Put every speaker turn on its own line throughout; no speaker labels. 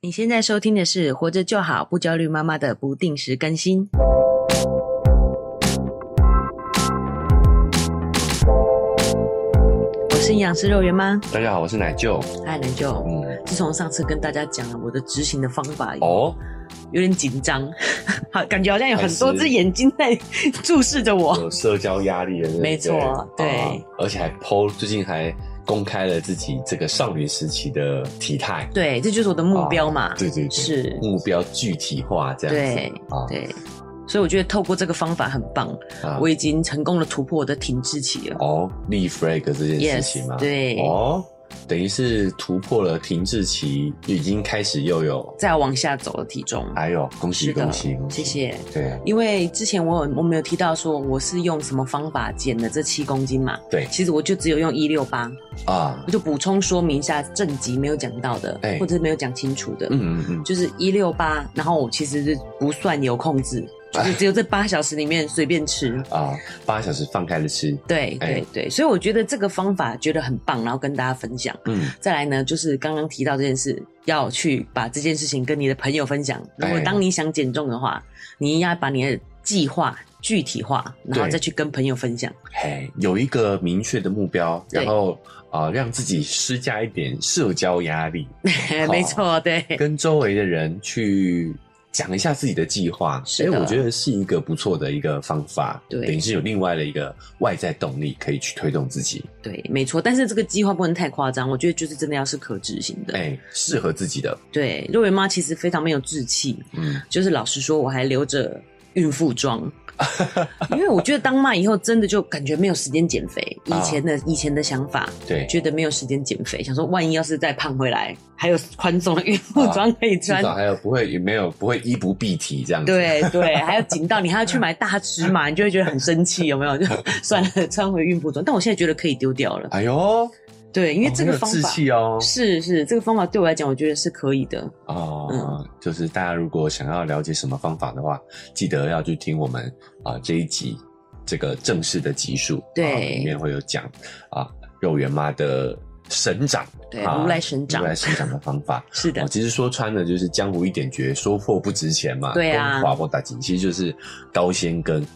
你现在收听的是《活着就好不焦虑妈妈》的不定时更新。我是营养师肉圆妈，
大家好，我是奶舅。
嗨，南舅。
嗯，
自从上次跟大家讲了我的执行的方法以后，
哦，
有点紧张，好，感觉好像有很多只眼睛 在注视着我。
有社交压力的那种
没错对
啊而且还 PO，最近还公开了自己这个少女时期的体态，
对，这就是我的目标嘛。
哦对嗯对对，
是，
目标具体化这样子。
对
啊
对，所以我觉得透过这个方法很棒，
啊
我已经成功的突破我的停滞期了。
哦，立 flag 这件事情嘛，
对，
哦，等于是突破了停滞期，已经开始又有，
再往下走的体重。
哎呦，恭喜
是的
恭喜恭，喜，
谢。谢。
对啊，
因为之前我有我们有提到说我是用什么方法减的这七公斤嘛，
对
其实我就只有用一六八，
啊
我，就补充说明一下正集没有讲到的，
哎
或者是没有讲清楚的，
嗯嗯嗯，
就是一六八，然后我其实是不算有控制，
哎
就是只有这八小时里面随便吃。
啊，八小时放开了吃，
对
哎
对对，所以我觉得这个方法觉得很棒，然后跟大家分享。
嗯，
再来呢，就是刚刚提到这件事，要去把这件事情跟你的朋友分享。如果
哎
当你想减重的话，你应该把你的计划具体化，然后
对
再去跟朋友分 享。
嘿，有一个明确的目标，
对
然后啊、呃让自己施加一点社交压力，
没错， 对，
跟周围的人去讲一下自己的计划。
是的
我觉得是一个不错的一个方法，
对
等于是有另外的一个外在动力可以去推动自己，
对，没错。但是这个计划不能太夸张，我觉得就是真的要是可执行的。
哎，适合自己的，
对，肉圆妈其实非常没有志气，
嗯，
就是老实说，我还留着孕妇 装。因为我觉得当妈以后真的就感觉没有时间减肥，以
啊
前的、以前的想法，
对，
觉得没有时间减肥，想说万一要是再胖回来，还有宽松的孕妇装可以
至
穿。
少还有不会也没有不会衣不蔽体这样子，
对对，还有紧到你还要去买大尺 码，你就会觉得很生气，有没 有？就算了，穿回孕妇装。但我现在觉得可以丢掉了，
哎呦，
对，因为这个
哦很有
方
志
法、
气哦，
是是这个方法对我来讲，我觉得是可以的。
哦，
嗯
就是大家如果想要了解什么方法的话，记得要去听我们啊、这一集这个正式的集数，
对
啊里面会有讲啊肉圆妈的神 掌，
对
啊
如来神掌
如来神掌的方法。
是的
哦，，其实说穿了就是江湖一点绝，说破不值钱嘛。
对啊
华波打紧，其实就是高纤跟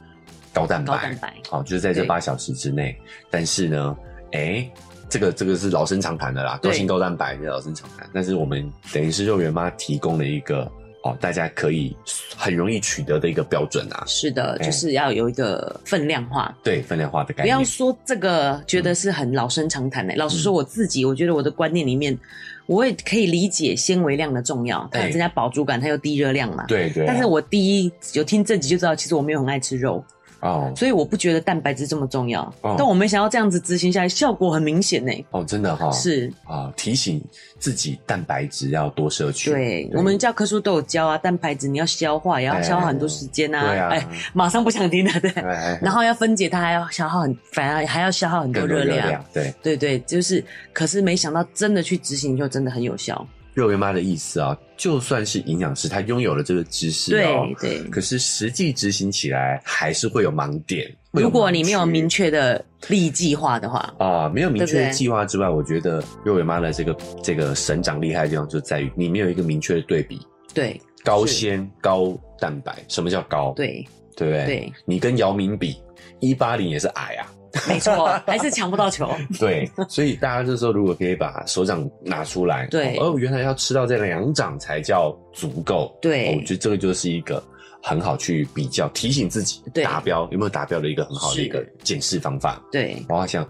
高蛋白，
高蛋白
好、哦就是在这
对
八小时之内。但是呢，哎、这个这个是老生常谈的啦，
对
高纤高蛋白是老生常谈。但是我们等于是肉圆妈提供了一个哦，大家可以很容易取得的一个标准啊，
是的，
哎
就是要有一个分量化。
对分量化的概
不要
念。
说这个，觉得是很老生常谈的、老实
嗯
说，我自己我觉得我的观念里面，我也可以理解纤维量的重要，它
哎
有增加饱足感，它又低热量嘛。
对对啊、
但是我第一有听这集就知道，其实我没有很爱吃肉，
哦
所以我不觉得蛋白质这么重要。
哦
但我没想到这样子执行下来，效果很明显呢、欸
哦，真的哈、
是
啊、提醒自己蛋白质要多摄取。
对，我们教科书都有教啊，蛋白质你要消化，也要
哎
消耗很多时间啊。
对啊，
哎，马上不想听了，对。
哎哎
然后要分解它，还要消耗很，反而还要消耗很多
更多
热
热
量。
量。对，
对对，就是，可是没想到真的去执行，就真的很有效。
肉圆妈的意思啊，就算是营养师，他拥有了这个知识哦，
对对，
可是实际执行起来还是会有盲点。会有
如果
盲
你没有
区
明确的立计划的话，
啊，没有明
对
确
不
的
对
计划之外，我觉得肉圆妈的这个这个神掌厉害的地方就在于你没有一个明确的对比，
对
高
是
纤、高蛋白，什么叫高？
对
对不对？
对，
你跟姚明比，一八零也是矮啊。
没错，还是抢不到球。
对，所以大家这时候如果可以把手掌拿出来，
对
哦，原来要吃到这两掌才叫足够，
对
哦我觉得这个就是一个很好去比较、提醒自己
对
达标有没有达标的一个很好的一个
是
检视方法。
对
包括像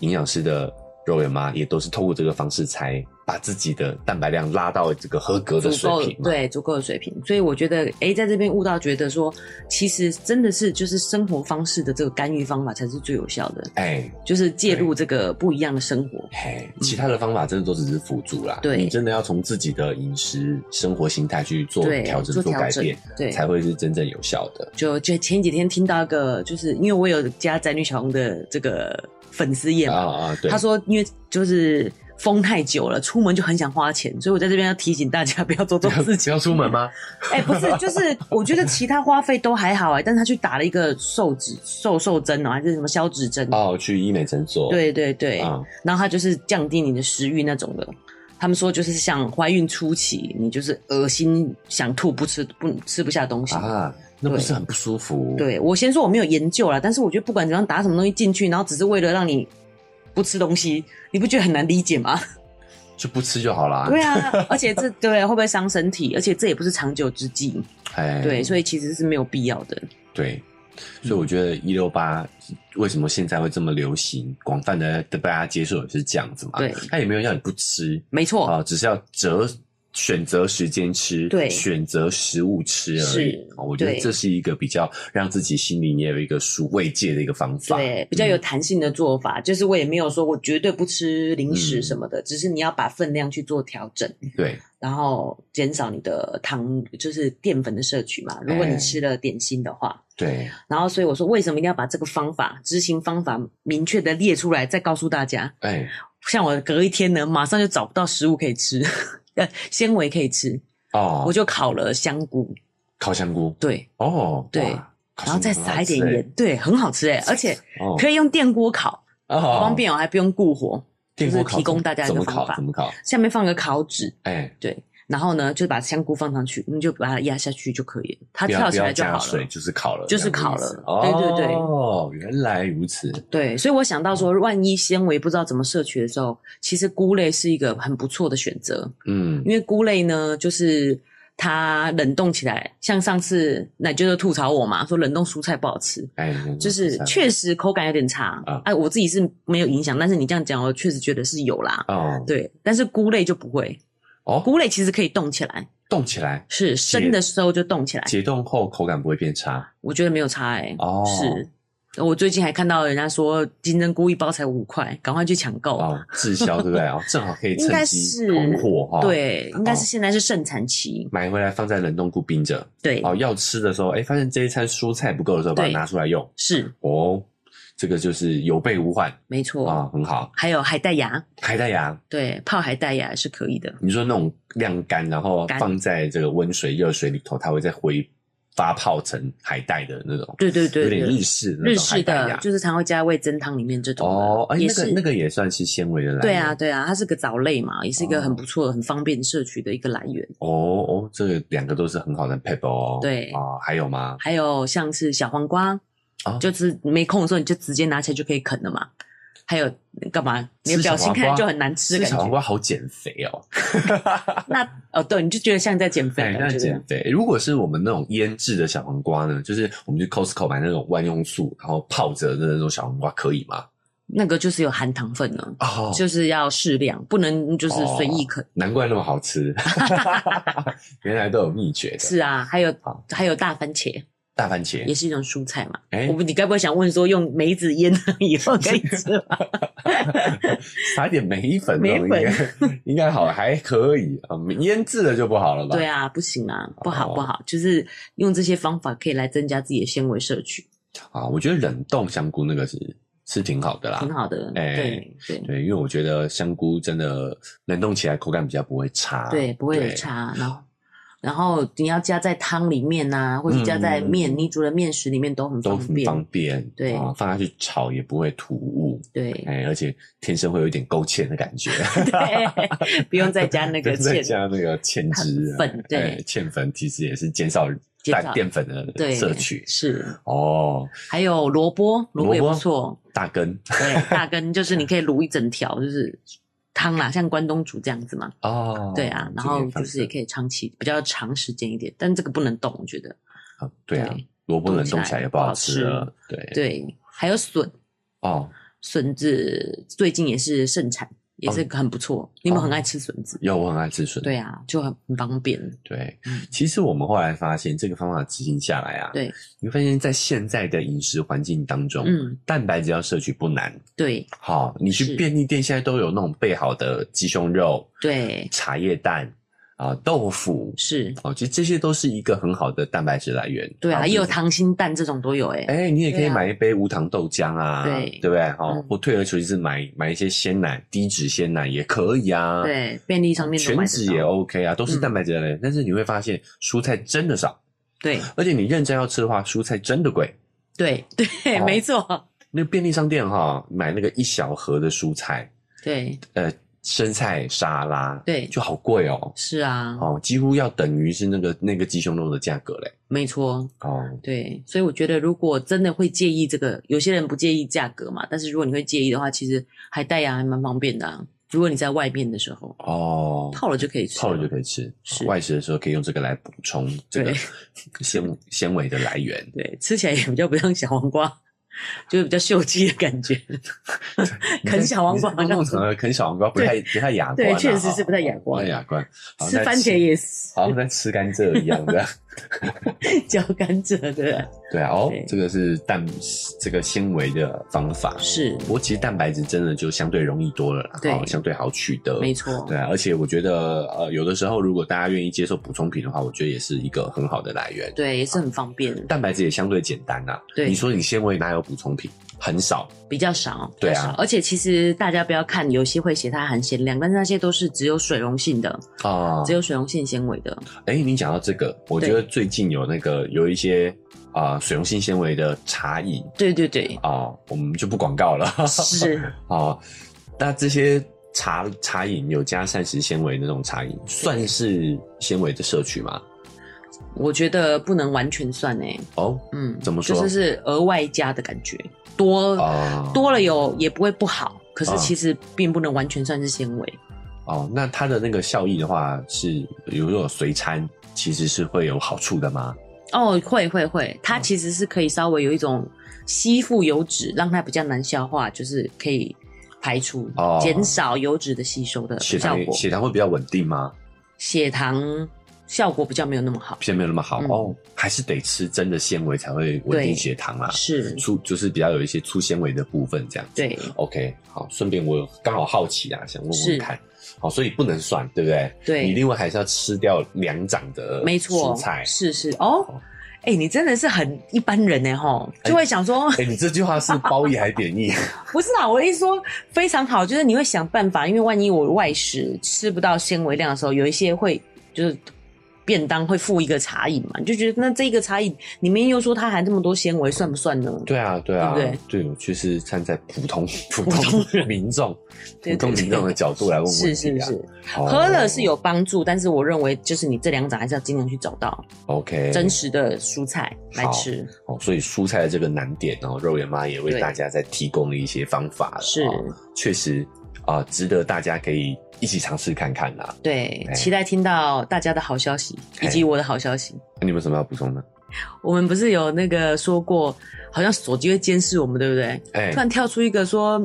营养师的肉圆妈，也都是透过这个方式才把自己的蛋白量拉到这个合格的
足
水
够
平嘛。
对足够的水平，所以我觉得，哎，在这边悟到，觉得说，其实真的是就是生活方式的这个干预方法才是最有效的，
哎，
就是介入这个不一样的生活。
嘿，其他的方法真的都只是辅助啦。
嗯对
你真的要从自己的饮食、生活形态去做
对，
调整、
做调
改
整
变，，
对，
才会是真正有效的。
就就前几天听到一个，就是因为我有加宅女小红的这个粉丝页嘛，
啊啊，对，
他说因为就是封太久了，出门就很想花钱，所以我在这边要提醒大家不要做这种事 情。
要出门吗？
哎、不是，就是我觉得其他花费都还好哎、但是他去打了一个瘦脂瘦瘦针哦、还是什么消脂针。
哦，去医美诊所。
对对对，
啊，
然后他就是降低你的食欲那种的，他们说就是像怀孕初期，你就是恶心想吐，不吃不吃不下东西。
啊，那不是很不舒服？，
对我先说我没有研究啦，但是我觉得不管怎样打什么东西进去，然后只是为了让你不吃东西，你不觉得很难理解吗？
就不吃就好啦。
对 啊，而且这对会不会伤身体？而且这也不是长久之计，
哎，
对，所以其实是没有必要的。
对，所以我觉得一六八为什么现在会这么流行，广泛的被大家接受也是这样子嘛。
对
它也没有让你不吃
没错，
啊、只是要择选择时间吃，
对
选择食物吃而已
是。
哦我觉得
对
这是一个比较让自己心里也有一个舒慰藉的一个方法。
对，比较
嗯
有弹性的做法，就是我也没有说我绝对不吃零食
嗯
什么的，只是你要把分量去做调整，
对
然后减少你的糖，就是淀粉的摄取嘛。如果你
哎
吃了点心的话，
对，
然后所以我说为什么一定要把这个方法执行方法明确的列出来，再告诉大家。
哎，
像我隔一天呢，马上就找不到食物可以吃， 呃，纤维可以吃，
哦，
我就烤了香菇，
烤香菇，
对，
哦，
对
哇，烤
然后
香菇
再
很
撒
好
一点
吃欸
盐，，对，很好吃哎，而且
哦，
可以用电锅烤，
哦
好方便哦，还不用顾火。
电锅
就是
烤
提供
怎么
大家一
怎
个
么
方
烤
法
怎么烤，
下面放个烤纸，
哎，
对，然后呢就把香菇放上去，你就把它压下去就可以了，它
不要
跳
不
起
要
来就
加
好
水
了。
就是烤了，
就是
这样
烤
的意思
了对对对
哦，原来如此，
对，所以我想到说，
哦
万一纤维不知道怎么摄取的时候，其实菇类是一个很不错的选择，
嗯，
因为菇类呢就是。它冷冻起来，像上次奶舅就吐槽我嘛，说冷冻蔬菜不好吃，
哎，
就是
实
确实口感有点差
啊。
哎、我自己是没有影响，但是你这样讲，我确实觉得是有啦。
哦
对，但是菇类就不会，
哦，
菇类其实可以冻起来，
冻起来，
是生的时候就冻起来，
解冻后口感不会变差
我觉得没有差哎、
哦，
是。我最近还看到人家说金针菇一包才五块，赶快去抢购。
哦，滞销对不对？哦，正好可以
应该
趁
是
机囤货哈，，
对，应该
哦
是现在是盛产期。
买回来放在冷冻库冰着，
对，
哦，要吃的时候，哎，发现这一餐蔬菜不够的时候，把它
对
拿出来用，
是
哦，这个就是有备无患
没错。
啊，很好。
还有海带芽，
海带芽，
对，泡海带芽也是可以的。
你说那种晾干，然后
干
放在这个温水、热水里头，它会再回发泡成海带的那种，
对对对
有
对，
点日式的那
日
种海
式
带
的，
呀。
就是常会加味增汤里面这种的
哦，哎，
也
那
是、
个那个也算是纤维的来源。
对啊，，对啊，它是个藻类嘛，也是一个
哦
很不错的、很方便摄取的一个来源。
哦哦，这个两个都是很好的配 e 哦。
对
啊，还有吗？
还有像是小黄瓜，
哦
就是没空的时候你就直接拿起来就可以啃了嘛。还有干嘛？你的
吃小
表情
黄
看
瓜
就很难吃
吃
的
小
感
黄
觉。
瓜好减肥哦，
那哦，对，你就觉得像在减肥
对，
了，
哎那
就
减
是
肥。如果是我们那种腌制的小黄瓜呢，就是我们去 Costco 买那种万用素，然后泡着的那种小黄瓜，可以吗？
那个就是有含糖分呢，
哦，
就是要适量，不能就是随意啃。
难怪那么好吃， 原来都有秘诀的。
是啊，还有
好
还有大番茄
大番茄
也，是一种蔬菜嘛。
哎
我，不，你该不会想问说用梅子腌了以后可以吃吗？
撒一点梅粉哦，
梅粉
应该 应该好，还可以啊。腌制的就不好了吧？
对，啊，不行啊，不好
哦
不好，就是用这些方法可以来增加自己的纤维摄取，
啊，我觉得冷冻香菇那个是是挺好的啦
挺。好的。
哎
对对
对，因为我觉得香菇真的冷冻起来口感比较不会差，
对，不会有
啊对
差。然后然后你要加在汤里面呐，或者加在面，
嗯
你煮的面食里面都很
都
方
很
便。
方便。
对
啊，放下去炒也不会突兀，
对
哎，而且天生会有一点勾芡的感觉。
对，不用再加那 个
对再
芡。
加那个芡汁啊
粉对
哎芡粉其实也是减少
减
蛋
少
淀粉的
对，
摄取
是，
哦。
还有萝卜，萝卜也
萝
不
卜
错。
大根
对，大根就是你可以卤一整条，就是汤啦，像关东煮这样子嘛。
哦，
对啊，然
这个
后
也放
就是也
着
可以长期比较长时间一点，但这个不能动，我觉得。
啊对啊
对，
萝卜冷
冻
冻
起
起
来
来也
不
不
好
好吃
吃
了，对
对，还有笋，
哦，
笋子最近也是盛产，也
哦
是很不错。你们很爱吃笋子？
有我很爱吃笋，
对啊，就很很方便。
对
嗯。
其实我们后来发现，这个方法执行下来啊，
对，
你会发现在现在的饮食环境当中，
嗯，
蛋白质要摄取不难。
对
好，你
是
去便利店现在都有那种备好的鸡胸肉、
对
茶叶蛋啊、豆腐，
是，
哦，其实这些都是一个很好的蛋白质来源。
对
好
啊，也有。溏心蛋这种都有哎、
哎、你也可
对
以
啊
买一杯无糖豆浆啊，
对
不对？哦，
嗯
或退而求其次买买一些鲜奶，低脂鲜奶也可以啊。，
对，便利商店都
全
买
脂
得
也
到。嗯
OK 啊，都是蛋白质来源。但是你会发现蔬菜真的少，
对
而且你认真要吃的话，蔬菜真的贵。
对对，
哦
没错，
那便利商店哈、买那个一小盒的蔬菜，
对
呃，生菜沙拉，
对
就好贵哦，
是啊，
哦，几乎要等于是那个那个鸡胸肉的价格嘞，
没错，
哦，
对，所以我觉得如果真的会介意这个，有些人不介意价格嘛，但是如果你会介意的话，其实海带芽还蛮方便的啊。如果你在外面的时候
哦，
泡了就可以吃，
泡了就可以吃
是，
外食的时候可以用这个来补充这个
对
纤纤维的来源。
对，吃起来也比较不像小黄瓜，就是比较秀气的感 觉。啃小黄瓜
你在公共场合啃小黄瓜不太不太雅观啊，
对确实是不太雅观
不太雅观。好
吃番茄，也是
好像在好像在吃甘蔗一样的。
嚼甘蔗的，
对啊，哦
对，
这个是蛋这个纤维的方法。
是
不过其实蛋白质真的就相对容易多了啦，
对
哦相对好取得。
没错，
对啊，而且我觉得，呃，有的时候如果大家愿意接受补充品的话，我觉得也是一个很好的来源。
对，也是很方便，
蛋白质也相对简单呐、
对
你说你纤维哪有补充品？很少。
比较少，
对啊
比较少而且其实大家不要看有些会写它含咸量，但是那些都是只有水溶性的，
啊
只有水溶性纤维的，
哎、你讲到这个，我觉得最近有那个有一些啊、水溶性纤维的茶饮
对对 对，
啊、我们就不广告了。
是，
啊，那这些茶茶饮有加膳食纤维的那种茶饮，算是纤维的摄取吗？
我觉得不能完全算哎、
哦
嗯，
怎么说
就是是额外加的感觉，多、
啊
呃多了有也不会不好，可是
啊
其实并不能完全算是纤维，
哦，那它的那个效益的话是，如果有随餐其实是会有好处的吗？
哦，会会会，它
哦
其实是可以稍微有一种吸附油脂，让它比较难消化，就是可以排出，
哦
减少油脂的吸收的
血
呃效
糖
果。
血糖会比较稳定吗？
血糖效果比较没有那么好，
偏没有那么好、
嗯
哦，还是得吃真的纤维才会稳定血糖啦。
是，
粗就是比较有一些粗纤维的部分这样子。
对
，OK，好，顺便我有刚好好奇啊，想问
是
问看。好，所以不能算，对不对？你
对，
另外还是要吃掉两掌的
没错
蔬，菜。
是是哦
好。
哎、你真的是很一般人呢，吼，就会想说，
哎、你这句话是褒义还是贬义？
不是啊，我一说非常好，就是你会想办法，因为万一我外食吃不到纤维量的时候，有一些会就是便当会附一个茶饮嘛，你就觉得那这个茶饮里面又说它含这么多纤维，算不算呢？
对啊，对啊，
对不
对，我就是站在普 通普
普
通民众、
对
普通民众的角度来问问
是
题
是
啊。
是，
哦
喝了是有帮助，但是我认为就是你这两种还是要尽量去找到
OK
真实的蔬菜来吃，
哦，所以蔬菜的这个难点哦，肉圆妈也为
对
大家在提供了一些方法了
是
哦确实啊、值得大家可以一起尝试看看啦。
对，
哎
期待听到大家的好消息以及我的好消息。
那你们有什么要补充的？
我们不是有那个说过，好像手机会监视我们，对不对？
哎、
突然跳出一个说，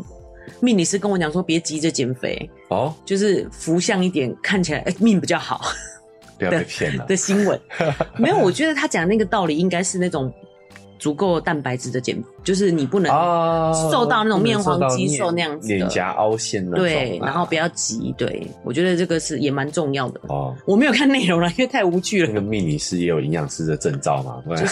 命理师跟我讲说，别急着减肥，
哦，
就是福相一点，看起来、哎命比较好
不要被骗了
的新 闻。没有，我觉得他讲那个道理应该是那种足够蛋白质的减，就是你不能、
啊
瘦到那种面黄肌
不能
瘦那样子的
脸颊凹陷那种啊、
对，然后不要急。对，我觉得这个是也蛮重要的。
哦。
我没有看内容了，因为太无趣
那个
了。
命理师也有营养师的证照嘛？不然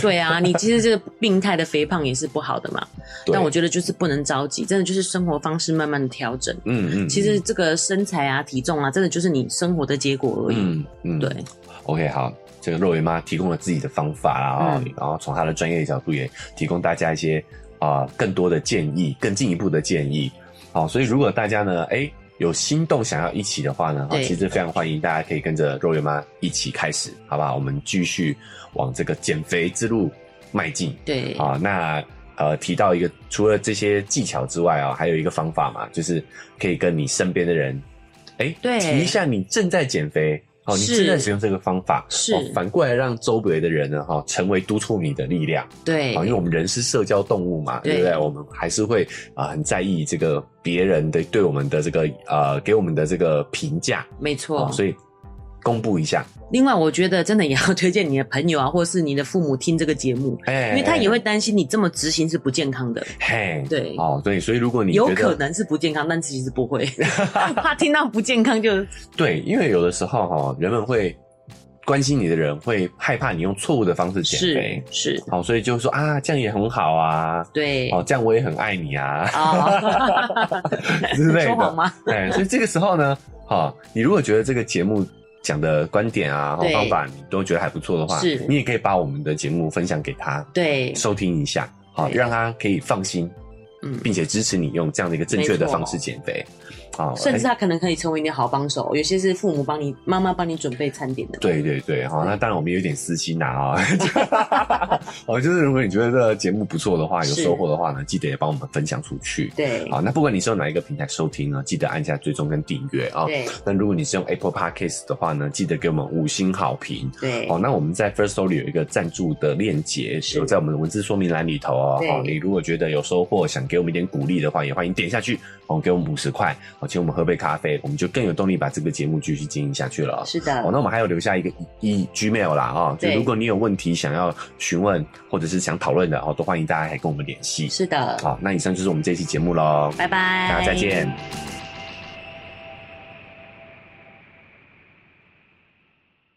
对啊，你其实这个病态的肥胖也是不好的嘛。
对
但我觉得就是不能着急，真的就是生活方式慢慢的调整。
嗯嗯，
其实这个身材啊、体重啊，真的就是你生活的结果而已。
嗯嗯
对，
OK，好，这个肉圆妈提供了自己的方法啦，然后、
嗯
然后从她的专业角度也提供大家一些啊、更多的建议，更进一步的建议。好、所以如果大家呢，哎、有心动想要一起的话呢，啊
对
其实非常欢迎大家可以跟着肉圆妈一起开始，好不好？我们继续往这个减肥之路迈进。
对，
啊，那呃，提到一个，除了这些技巧之外啊、还有一个方法嘛，就是可以跟你身边的人，哎、
对
提一下你正在减肥，哦，你
是
正在使用这个方法，
是
哦，反过来让周围的人呢，哈、哦成为督促你的力量，
对，
啊，因为我们人是社交动物嘛，
对
对不对？我们还是会啊、很在意这个别人的对我们的这个呃，给我们的这个评价，哦
没错。
所以公布一下，
另外，我觉得真的也要推荐你的朋友啊，或是你的父母听这个节目，
哎、
因为他也会担心你这么执行是不健康的，
嘿，
对
哦，对，所以如果你
有
觉得
可能是不健康，但其实不 会。他听到不健康就
对，因为有的时候哈、人们会关心你的人会害怕你用错误的方式减
是
肥，
是，
好、所以就说啊，这样也很好啊，
对
哦，这样我也很爱你啊
哦，
之类
说谎
的。
吗？
哎，所以这个时候呢，哈、你如果觉得这个节目讲的观点啊、哦
对
方法你都觉得还不错的话
是，
你也可以把我们的节目分享给他
对，
收听一下，好、
对
让他可以放心，
嗯，
并且支持你用这样的一个正确的方式减肥。啊，
甚至
哎
他可能可以成为你的好帮手，有些是父母帮你、妈妈帮你准备餐点的。
对对对，好、那当然我们有点私心呐啊， 哦，就是如果你觉得这个节目不错的话，有
是
收获的话呢，记得也帮我们分享出去。
对
好，那不管你是用哪一个平台收听呢，记得按下追踪跟订阅啊。
对
那如果你是用 Apple Podcast 的话呢，记得给我们五星好评。
对
好，那我们在 First Story 有一个赞助的链接，
是
有在我们的文字说明栏里头哦。
对
好，你如果觉得有收获，想给我们一点鼓励的话，也欢迎点下去，哦，给我们五十块，哦，请我们喝杯咖啡，我们就更有动力把这个节目继续经营下去了。
是
哦，
的，
那我们还有留下一个一 Gmail 啦啊、哦，就
对
如果你有问题想要询问或者是想讨论的哦，都欢迎大家来跟我们联系。
是的，
好，那以上就是我们这一期节目喽，
拜拜，
大家再见。